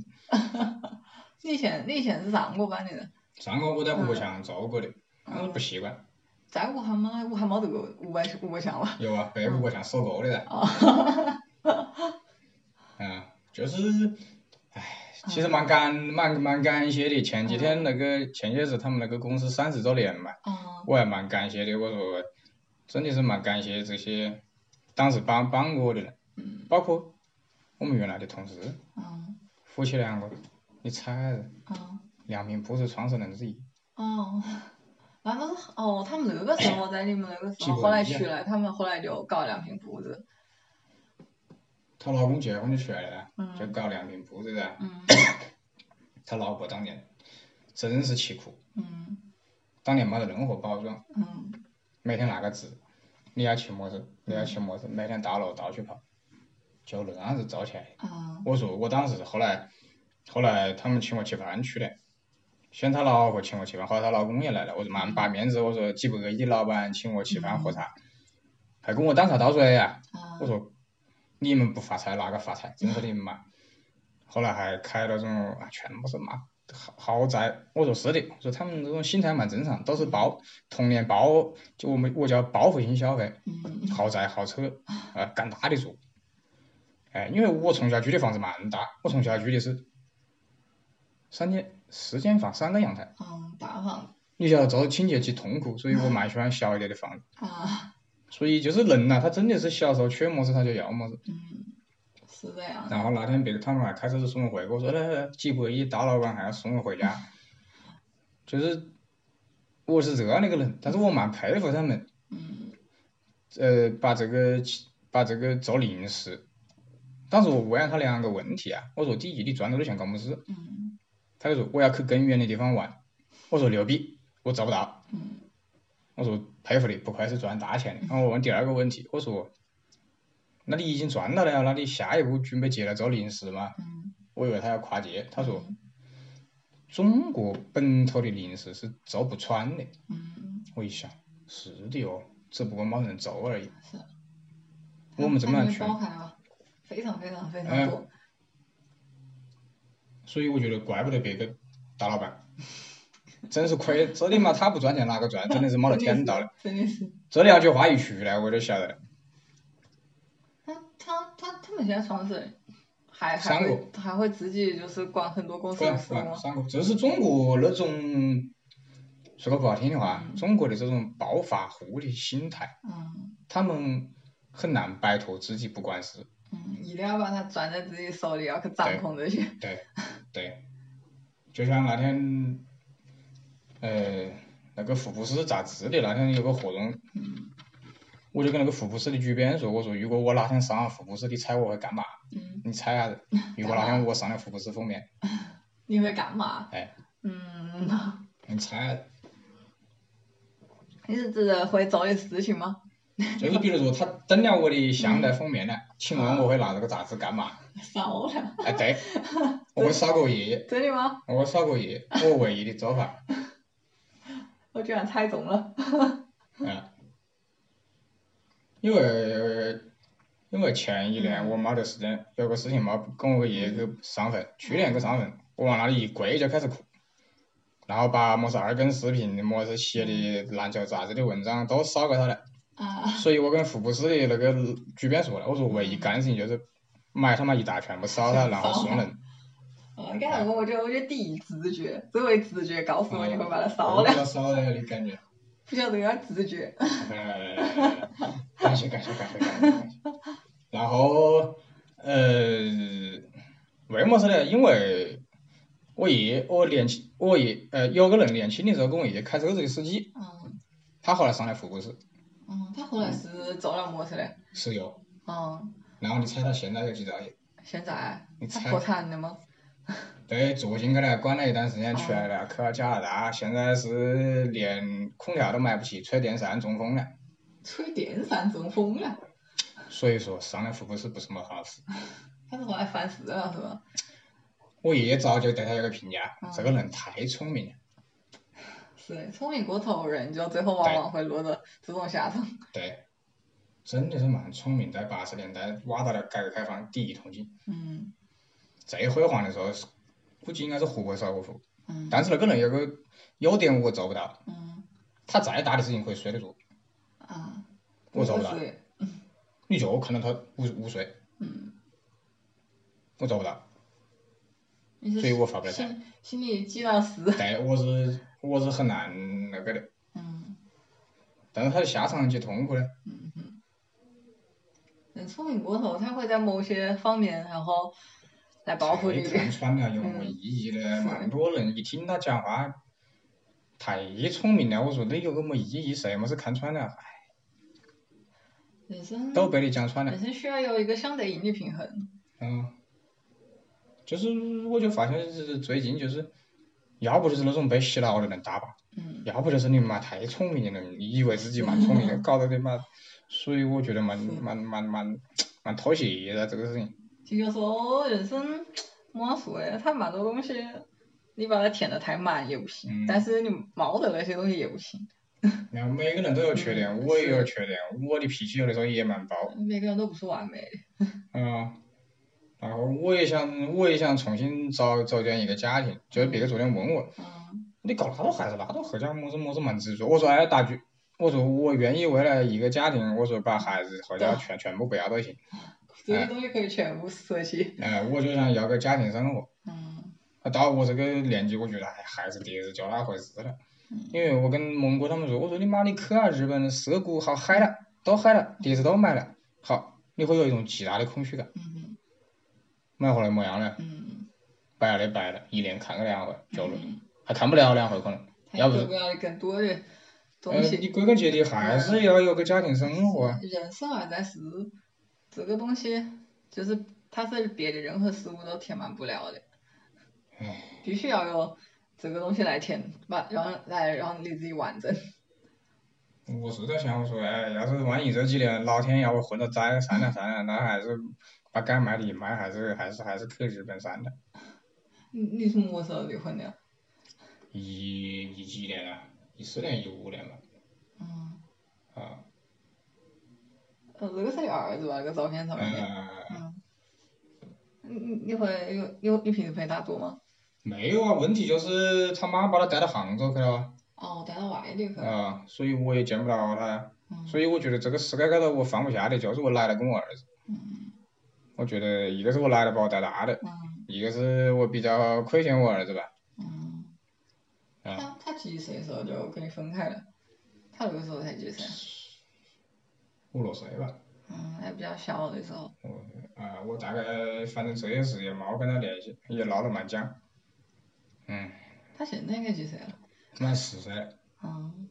Speaker 1: 你以前你以前是上过班的人，
Speaker 2: 上个我在五百强做过的，但是
Speaker 1: 嗯
Speaker 2: 不，习惯。
Speaker 1: 在武汉吗？武汉没得个五百五百强吧？
Speaker 2: 有啊，被五百强收购的噻。
Speaker 1: 啊，
Speaker 2: 嗯，就是，唉，其实蛮感蛮蛮感谢的。前几天那个前些日他们那个公司三十周年嘛，
Speaker 1: 啊，
Speaker 2: 我还蛮感谢的。我说，真的是蛮感谢这些当时帮帮我的人，
Speaker 1: 嗯
Speaker 2: 包括我们原来的同事
Speaker 1: 嗯
Speaker 2: 夫妻两个，你猜是
Speaker 1: 嗯
Speaker 2: 良品铺是创始人之一，
Speaker 1: 哦，然后哦，他们那 个时候在你们那个时候，
Speaker 2: 基本
Speaker 1: 后来
Speaker 2: 一样
Speaker 1: 去了，他们后来就搞良品铺子。
Speaker 2: 她老公结婚就出来了，就
Speaker 1: 嗯
Speaker 2: 搞良品铺子噻。
Speaker 1: 嗯
Speaker 2: 她老婆当年真是吃苦，
Speaker 1: 嗯
Speaker 2: 当年没得任何包装。
Speaker 1: 嗯
Speaker 2: 每天拿个纸，你要吃么子，你要吃么子，每天到楼到处跑，就那样子造起来。
Speaker 1: 啊
Speaker 2: 我说我当时后来，后来他们请我吃饭去的，先他老婆请我吃饭，后来她老公也来了，我说蛮把面子，我说几百亿的老板请我吃
Speaker 1: 嗯
Speaker 2: 饭喝茶，还跟我端茶倒水呀、
Speaker 1: 啊
Speaker 2: 我说你们不发财哪个发财，真是你们妈！后来还开那种啊，全部是妈豪豪宅。我说是的，我说他们这种心态蛮正常，都是报童年报，就我们我叫报复性消费，
Speaker 1: 嗯
Speaker 2: 豪宅豪车，呃，干大的住。哎，因为我从小住的房子蛮大，我从小住的是三间四间房，三个阳台。
Speaker 1: 嗯，大方
Speaker 2: 你晓得做清洁几痛苦，所以我蛮喜欢小一点的房子。
Speaker 1: 啊，
Speaker 2: 所以就是人呐、他真的是小时候缺么子他就要么子。
Speaker 1: 嗯，啊是这样的。
Speaker 2: 然后那天别个他们还开车子送我回，我说哎来来来，几百亿大老板还要送我回家，就是我是这样的一个人，但是我蛮佩服他们，
Speaker 1: 嗯
Speaker 2: 呃，把这个把这个做零食。当时我问他两个问题啊，我说第一，你赚到的钱干么事？
Speaker 1: 嗯
Speaker 2: 他就说我要去更远的地方玩。我说牛逼，我做不到。
Speaker 1: 嗯
Speaker 2: 我说佩服你，不愧是赚大钱的。然后我问第二个问题，我说，那你已经赚到了，那你下一步准备接着做零食吗？
Speaker 1: 嗯，
Speaker 2: 我以为他要跨界，他说中国本土的零食是做不穿的。
Speaker 1: 嗯，
Speaker 2: 我一想，是的哟，只不过没人做而已。
Speaker 1: 是。
Speaker 2: 我们这么样
Speaker 1: 它里
Speaker 2: 啊
Speaker 1: 面
Speaker 2: 全
Speaker 1: 包含了非常非常非常
Speaker 2: 嗯
Speaker 1: 多，
Speaker 2: 所以我觉得怪不得别个大 老板，真是亏，这里嘛他不赚钱哪个赚，真的是没得天道了。
Speaker 1: 真的是。
Speaker 2: 这两句话一出来我就晓得了，
Speaker 1: 他他他他们现在创始人还还
Speaker 2: 三啊
Speaker 1: 会还会自己就是管很多公司
Speaker 2: 管
Speaker 1: 的事
Speaker 2: 管
Speaker 1: 吗？
Speaker 2: 上过，这是中国那种说个不好听的话，中国的这种暴发户的心态，
Speaker 1: 嗯
Speaker 2: 他们很难摆脱自己不管事。
Speaker 1: 嗯，一定要把它攥在自己手里，要去掌控这些。
Speaker 2: 对，对，就像那天，呃，那个福布斯杂志的那天有个活动，我就跟那个福布斯的主编说，我说如果我哪天上了福布斯，你猜我会干嘛？
Speaker 1: 嗯，
Speaker 2: 你猜下子，如果哪天我上了福布斯封面，
Speaker 1: 你会干嘛？
Speaker 2: 哎，
Speaker 1: 啊嗯，
Speaker 2: 你猜啊下子，
Speaker 1: 你是指的会做的事情吗？
Speaker 2: 就是比如说他登了我的像在封面呢，请问我会拿这个杂志干嘛？
Speaker 1: 烧了，
Speaker 2: 哎，对，我会扫个夜，
Speaker 1: 真的吗？
Speaker 2: 我会扫个夜，我唯一的做法，
Speaker 1: 我居然猜中了。
Speaker 2: 嗯，因为因为前一年我没得时间，有个事情没跟我爷去上坟，去年去上坟，我往那里一跪就开始哭，然后把么子二更视频，么子写的篮球杂志的文章都扫给他了，
Speaker 1: 啊，
Speaker 2: 所以我跟福布斯的那个主编说了，我说唯一干的事情就是买他妈一大全部扫他，然后送人。
Speaker 1: 我刚才我我觉得我觉得第一直觉，作为直觉告诉我你会把它烧
Speaker 2: 我
Speaker 1: 了，
Speaker 2: 要烧了，你感觉？
Speaker 1: 不晓得要直觉。
Speaker 2: 呃，感谢感谢感谢感谢感谢。然后，呃，为么事呢？因为我爷，我年轻，我爷，呃，有个人年轻的时候跟我爷开车子的司机，
Speaker 1: 嗯
Speaker 2: 他后来上来福布斯，
Speaker 1: 嗯，他后来是做了么事嘞？
Speaker 2: 石油。
Speaker 1: 嗯，
Speaker 2: 然后你猜他现在有几兆业？
Speaker 1: 现在啊
Speaker 2: 你
Speaker 1: 他
Speaker 2: 猜
Speaker 1: 破产了吗？
Speaker 2: 对，坐进去了，关了一段时间出来了，去了加拿大，现在是连空调都买不起，吹电扇中风了。
Speaker 1: 吹电扇中风了，
Speaker 2: 所以说，上来福布斯不是什么好事。
Speaker 1: 他是后来犯事了是吧？
Speaker 2: 我爷早就对他有个评价
Speaker 1: 嗯，
Speaker 2: 这个人太聪明了。
Speaker 1: 是聪明过头人，就最后往往会落得这种下场。
Speaker 2: 对，真的是蛮聪明，在八十年代挖到了改革开放第一桶金，
Speaker 1: 嗯
Speaker 2: 最辉煌的时候是估计应该是湖北邵伯湖。
Speaker 1: 嗯
Speaker 2: 但是那个人有个优点我做不到，
Speaker 1: 嗯
Speaker 2: 他再大的事情可以睡得着，
Speaker 1: 啊，
Speaker 2: 我做不到。
Speaker 1: 是
Speaker 2: 你就看到他午午睡，
Speaker 1: 嗯，
Speaker 2: 我做不到。
Speaker 1: 你是
Speaker 2: 所以我发不了财
Speaker 1: 心心里记到死。
Speaker 2: 对，我是我是很难那个的，
Speaker 1: 嗯
Speaker 2: 但是他的下场有几痛苦呢？
Speaker 1: 嗯嗯，人嗯聪明过头，他会在某些方面，然后来报复
Speaker 2: 太
Speaker 1: 你。
Speaker 2: 看穿了，有么意义呢？
Speaker 1: 嗯
Speaker 2: 蛮多人一听他讲话，太聪明了。我说你有个么意义？什么是看穿了？哎
Speaker 1: 人生
Speaker 2: 都被你讲穿了
Speaker 1: 人。生需要有一个相对应的平衡。
Speaker 2: 嗯，就是我就发现就是最近就是，要不就是那种被洗脑的人大把，
Speaker 1: 嗯
Speaker 2: 要不就是你妈太聪明的人，你以为自己蛮聪明的，搞得你妈，所以我觉得蛮蛮蛮蛮蛮妥协的这个事情。
Speaker 1: 就有时候人生怎么说嘞，它蛮多东西，你把它填的太满也不行，
Speaker 2: 嗯
Speaker 1: 但是你毛的那些东西也不行。
Speaker 2: 然后每个人都有缺点，
Speaker 1: 嗯
Speaker 2: 我也有
Speaker 1: 是
Speaker 2: 缺点，我的脾气有的时候也蛮暴，
Speaker 1: 每个人都不是完美的。
Speaker 2: 嗯，然后我也想，我也想重新找组建一个家庭。就是别个昨天问我，
Speaker 1: 嗯
Speaker 2: 你搞哪个孩子，哪个合家么子么子蛮执着。我说哎，大局，我说我愿意为了一个家庭，我说把孩子合家
Speaker 1: 对
Speaker 2: 全全部不要都行。
Speaker 1: 这些东西可以全部舍弃。
Speaker 2: 哎，我就想要个家庭生活。
Speaker 1: 嗯
Speaker 2: 那到我这个年纪，我觉得哎，还是爹是叫那回事了。因为我跟蒙哥他们说，我说你妈你去啊，日本涩谷好嗨了，都嗨了，碟子都买了，好，你会有一种极大的空虚感。
Speaker 1: 嗯
Speaker 2: 买回来么样呢？
Speaker 1: 嗯，
Speaker 2: 摆了摆了，一年看个两回，就了。
Speaker 1: 嗯
Speaker 2: 还看不了两回可能，要不
Speaker 1: 还
Speaker 2: 是
Speaker 1: 要不要更多的东
Speaker 2: 呃，你
Speaker 1: 西。嗯
Speaker 2: 归根结底还是要有个家庭生活啊。
Speaker 1: 人生而在世，这个东西就是它是别的任何事物都填满不了的
Speaker 2: 唉，
Speaker 1: 必须要有这个东西来填吧，然后来让你自己完整。
Speaker 2: 我实在想不出来，哎要是万一这几年老天要我混到灾，散了散了，那还是把该买的也买，还是还是还是去日本散了。
Speaker 1: 你你是么时候离婚的啊呀？
Speaker 2: 一一几年啊？一四年、一五年吧。
Speaker 1: 嗯，
Speaker 2: 啊，
Speaker 1: 呃，这个是你儿子吧？这个照片上面的。
Speaker 2: 呃，
Speaker 1: 嗯，你你你会有有你平时陪他做吗？
Speaker 2: 没有啊，问题就是他妈把他带到杭州去了
Speaker 1: 哦，带到外地去了。
Speaker 2: 啊，所以我也见不到他。
Speaker 1: 嗯
Speaker 2: 所以我觉得这个世界高头我放不下的就是我奶奶跟我儿子。我觉得一个是我奶奶把我带大的，
Speaker 1: 嗯
Speaker 2: 一个是我比较亏欠我儿子吧。
Speaker 1: 嗯。
Speaker 2: 啊
Speaker 1: 他他几岁的时候就跟你分开了？他那个时候才几岁？
Speaker 2: 五六岁吧，
Speaker 1: 嗯，还比较小的时候。
Speaker 2: 啊、我大概反正这些事也没跟他联系，也闹得蛮僵。嗯，
Speaker 1: 他现在应该几岁了？
Speaker 2: 满十岁了，
Speaker 1: 嗯。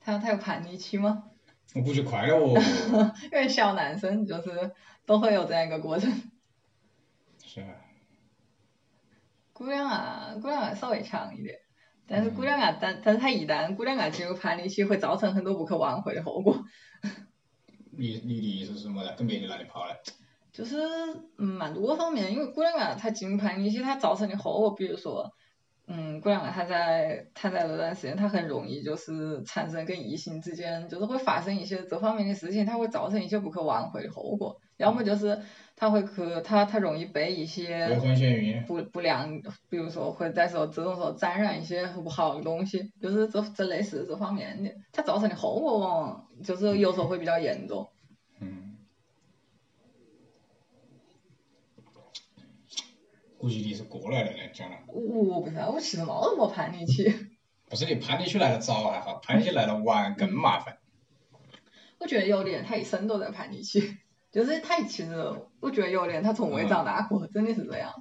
Speaker 1: 他他有叛逆期吗？
Speaker 2: 我估计快了哦。
Speaker 1: 因为小男生就是都会有这样一个过程。
Speaker 2: 是啊，
Speaker 1: 姑娘啊，姑娘啊稍微强一点，但是姑娘啊，但但是她一旦姑娘啊进入叛逆期，会造成很多不可挽回的后果。
Speaker 2: 你你的意思是什么呢？跟别的男的跑了？
Speaker 1: 就是嗯，蛮多方面，因为姑娘啊，她进入叛逆期，她造成的后果，比如说，嗯，姑娘啊，她在她在那段时间，她很容易就是产生跟异性之间，就是会发生一些这方面的事情，她会造成一些不可挽回的后果。要么就是她会和她她容易被一些
Speaker 2: 未婚先孕？
Speaker 1: 不不良，比如说会在时候这种时候沾染一些很不好的东西，就是这这类似这方面的，它造成的后果往往就是有时候会比较严重。
Speaker 2: 嗯，估计你是过来的人，讲了。
Speaker 1: 我我不是，我其实没什么叛逆期，
Speaker 2: 不是你叛逆期来的早还好，叛逆期来的晚更麻烦。
Speaker 1: 我觉得有点他一生都在叛逆期， 就是他其实我觉得有点他从未长大过，真的是这样。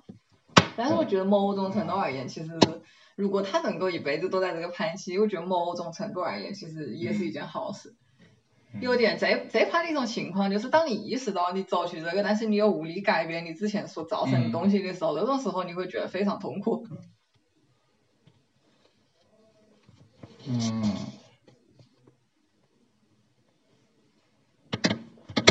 Speaker 1: 但是我觉得某种程度而言，其实如果他能够一辈子都在这个叛逆期，我觉得某种程度而言，其实也是一件好事。
Speaker 2: 嗯
Speaker 1: 有点最最怕的一种情况，就是当你意识到你走去这个，但是你又无力改变你之前所造成的东西的时候，那种时候你会觉得非常痛苦。
Speaker 2: 嗯，嗯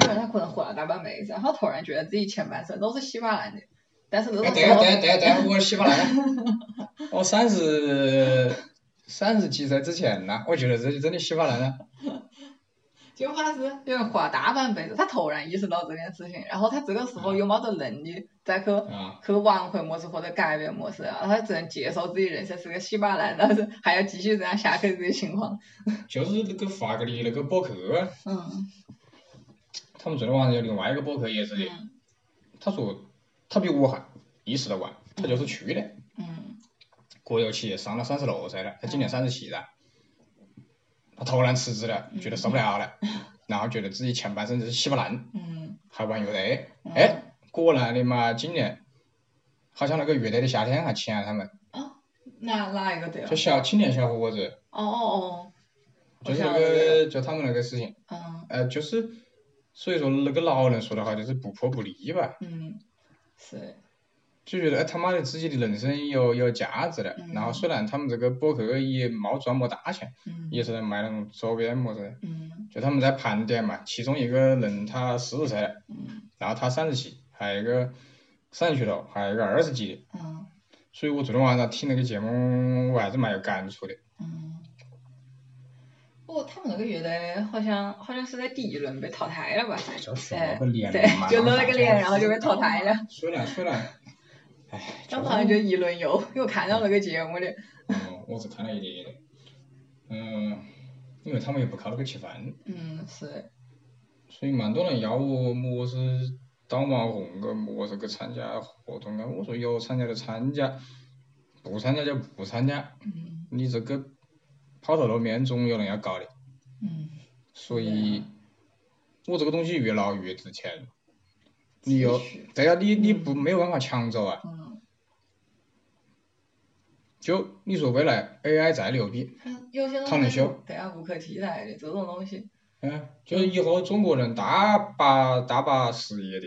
Speaker 1: 有人他可能活了大半辈子，然后突然觉得自己前半生都是稀巴烂的，但是那
Speaker 2: 哎，
Speaker 1: 种
Speaker 2: 等
Speaker 1: 时
Speaker 2: 一下，
Speaker 1: 候
Speaker 2: 等一，下，等一下，等一下，我洗不来。 我三十三十几岁之前呢，我觉得自己真的洗不来了。
Speaker 1: 就怕是有人活了大半辈子，他突然意识到这件事情，然后他这个时候又没得能力再去
Speaker 2: 啊，
Speaker 1: 去挽回模式或者改变模式，然后他只能接受自己人生是个稀巴烂，但是还要继续这样下去这个情况。
Speaker 2: 就是那个发给你那个博客，
Speaker 1: 嗯
Speaker 2: 他们昨天晚上有另外一个博客也是的，
Speaker 1: 嗯
Speaker 2: 他说他比我还意识的晚，他就是去的，
Speaker 1: 嗯
Speaker 2: 过有期也上了三十六岁了，他今年三十七了，他突然辞职了，
Speaker 1: 嗯
Speaker 2: 觉得受不了 了，然后觉得自己前半生就是洗不烂，
Speaker 1: 嗯，
Speaker 2: 还玩乐队，
Speaker 1: 嗯
Speaker 2: 哎，果然的嘛，今年好像那个乐队的夏天还请了他们，
Speaker 1: 那哪一个对了
Speaker 2: 就？小青年小伙子，
Speaker 1: 哦哦哦，
Speaker 2: 就
Speaker 1: 我
Speaker 2: 是
Speaker 1: 想到
Speaker 2: 那
Speaker 1: 这
Speaker 2: 个就他们那个事情，
Speaker 1: 嗯
Speaker 2: 呃，就是所以说那个老人说的好，就是不破不立吧，
Speaker 1: 嗯，是，
Speaker 2: 就觉得哎他妈的自己的人生有有价值了。
Speaker 1: 嗯
Speaker 2: 然后虽然他们这个博客也没赚没大钱，
Speaker 1: 嗯
Speaker 2: 也是在卖那种周边么子的，
Speaker 1: 嗯
Speaker 2: 就他们在盘点嘛，其中一个人他四十岁了，
Speaker 1: 嗯
Speaker 2: 然后他三十几，还有一个三十出头，还有一个二十几的。
Speaker 1: 嗯
Speaker 2: 所以我昨天晚上听那个节目，我还是蛮有感触的。
Speaker 1: 嗯。哦，他们那个乐队好像好像是在第一轮被淘汰了吧？
Speaker 2: 就
Speaker 1: 哎，
Speaker 2: 脸
Speaker 1: 对，就露了个脸，然后就被淘汰了。。
Speaker 2: 虽然虽然，哎，
Speaker 1: 他们好像就一轮 游，因为我看到那个节目的，
Speaker 2: 嗯，我只看了一点点。嗯，因为他们也不靠那个吃饭，
Speaker 1: 嗯，是，
Speaker 2: 所以蛮多人要我么是当网红个，么是去参加活动个。我说有参加就参加，不参加就不参加。
Speaker 1: 嗯
Speaker 2: 你这个抛头露面，总有人要搞的。
Speaker 1: 嗯，
Speaker 2: 所
Speaker 1: 对
Speaker 2: 以
Speaker 1: 啊，
Speaker 2: 我这个东西越老越值钱。你有
Speaker 1: 继续，嗯
Speaker 2: 啊对呀，你你不没有办法抢走啊。
Speaker 1: 嗯，
Speaker 2: 就你说未来 AI 再牛逼，
Speaker 1: 有些东西
Speaker 2: 他能修
Speaker 1: 对啊，无可替代的这种东西，
Speaker 2: 嗯，就是以后中国人大把大把失业的，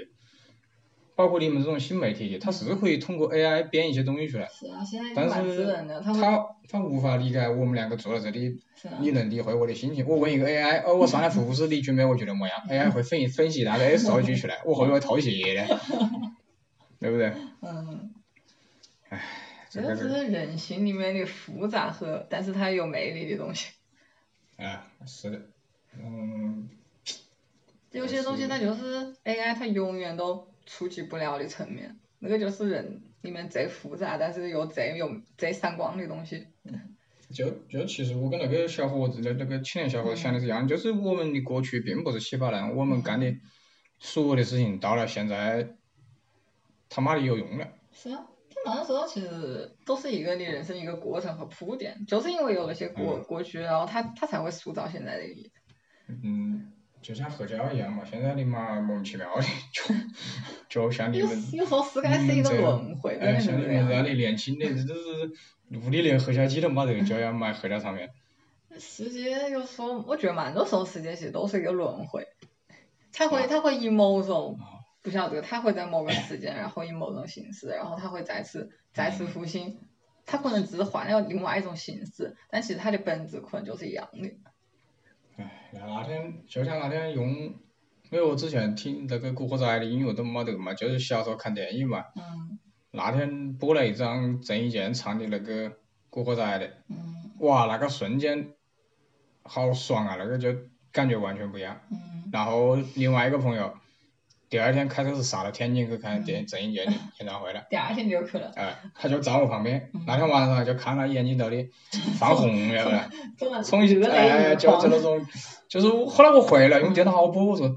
Speaker 2: 包括你们这种新媒体的，他是可以通过 AI 编一些东西出来，
Speaker 1: 是啊，现在已
Speaker 2: 但
Speaker 1: 经蛮
Speaker 2: 是
Speaker 1: 智能的，他会
Speaker 2: 他他无法理解我们两个坐在这里，
Speaker 1: 是啊，
Speaker 2: 你能理会我的心情。我问一个 AI，哦，我上来服务是你准备我觉得么样？AI 会分分析那个 S 道具出来，我会不会偷窃呢？对不对？
Speaker 1: 嗯，这
Speaker 2: 这个
Speaker 1: 个
Speaker 2: 是
Speaker 1: 只是人性里面的复杂和，但是它有魅力的东西。
Speaker 2: 啊，是的，嗯，
Speaker 1: 有些东西它就是 AI，它永远都触及不了的层面，那个就是人里面贼复杂，但是又贼有贼闪光的东西。
Speaker 2: 就就其实我跟那个小伙子的那个青年小伙子想的是一样，就是我们的过去并不是稀巴烂，我们干的所有的事情到了现在，他妈的有用了。
Speaker 1: 是啊，这蛮多时候其实都是一个你人生一个过程和铺垫，就是因为有了一些过过去，然后它它才会塑造现在的你。
Speaker 2: 嗯，就像喝酒一样嘛，现在你妈莫名其妙的就就 像你
Speaker 1: 有
Speaker 2: 们。嗯
Speaker 1: 有时候是该是一个轮回，
Speaker 2: 哎，
Speaker 1: 真
Speaker 2: 像你
Speaker 1: 的
Speaker 2: 们
Speaker 1: 是这
Speaker 2: 那
Speaker 1: 样。
Speaker 2: 里年轻的，这都是屋里连合家鸡都没得，就要买合家常面。
Speaker 1: 时间有时候，我觉得蛮多时候时间其实都是一个轮回，它会它会以某种
Speaker 2: 哦
Speaker 1: 不晓得，它会在某个时间，然后以某种形式，然后它会再次
Speaker 2: 嗯
Speaker 1: 再次复兴，它可能只是换了另外一种形式，但其实它的本质可能就是一样的。
Speaker 2: 哎，那那天就像那天用，因为我之前听那个古惑仔的音乐都没得嘛，就是小时候看电影嘛。
Speaker 1: 嗯
Speaker 2: 那天播了一张郑伊健唱的那个《古惑仔》的，
Speaker 1: 嗯
Speaker 2: 哇，那个瞬间好爽啊！那个就感觉完全不一样。
Speaker 1: 嗯，
Speaker 2: 然后另外一个朋友，第二天开车是杀到天津去看电郑伊健的演唱会了。
Speaker 1: 第二天就有可能，
Speaker 2: 哎，他就站我旁边
Speaker 1: 嗯，
Speaker 2: 那天晚上就看他眼睛头里泛红了，了，
Speaker 1: 这么
Speaker 2: 从一
Speaker 1: 热泪
Speaker 2: 哎，
Speaker 1: 盈
Speaker 2: 就就
Speaker 1: 眶
Speaker 2: 那种，就是我后来我回来用电脑好播，我说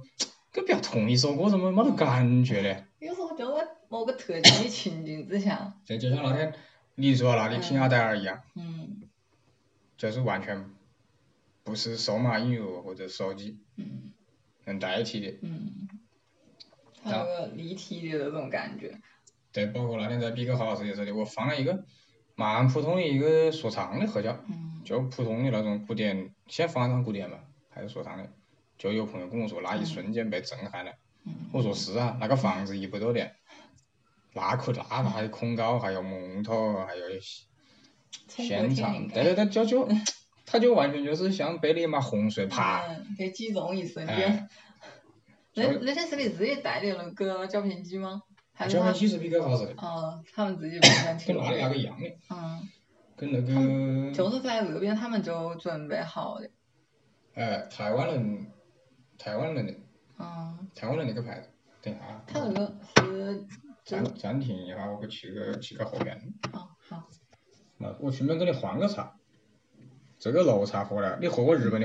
Speaker 2: 这不要同一首歌，怎么没得感觉嘞？
Speaker 1: 有时候就在某个特定的情景之下，
Speaker 2: 就就像那天你说那里听阿黛尔一样，
Speaker 1: 嗯
Speaker 2: 就是完全不是数码音乐或者手机
Speaker 1: 嗯
Speaker 2: 能代替的。
Speaker 1: 嗯，它有个离体的那种感觉。
Speaker 2: 对，包括那天在 B 哥好好吃也是的，我放了一个蛮普通的一个说唱的合家。
Speaker 1: 嗯
Speaker 2: 就普通的那种古典，先放一张古典吧，还是说唱的。就有朋友跟我说，那一瞬间被震撼了。
Speaker 1: 嗯
Speaker 2: 我说是啊，那个房子一百多年，那可那还有恐高，还有木头，还有
Speaker 1: 从国
Speaker 2: 现
Speaker 1: 庆
Speaker 2: 场，
Speaker 1: 应
Speaker 2: 对
Speaker 1: 该
Speaker 2: 对对，就就，他就完全就是像被你妈洪水啪，
Speaker 1: 嗯，被击中一瞬
Speaker 2: 哎
Speaker 1: 间。那
Speaker 2: 就啊
Speaker 1: 那天是你自己带的那个胶片机吗？还是
Speaker 2: 就
Speaker 1: 他
Speaker 2: 跟
Speaker 1: 们？
Speaker 2: 其实比较好似的，
Speaker 1: 哦，他们自己本身提
Speaker 2: 跟
Speaker 1: 供
Speaker 2: 哪里那
Speaker 1: 的。
Speaker 2: 个一样的，
Speaker 1: 嗯，
Speaker 2: 跟那个
Speaker 1: 就是在那边他们就准备好的。
Speaker 2: 哎台湾人，台湾人的
Speaker 1: 嗯，
Speaker 2: 台湾人那个牌子，等一下啊，
Speaker 1: 他那个是就
Speaker 2: 暂暂停一下，我去吃个吃个火片。
Speaker 1: 哦好。
Speaker 2: 那我顺便给你换个茶，这个肉茶喝了，你喝过日本的？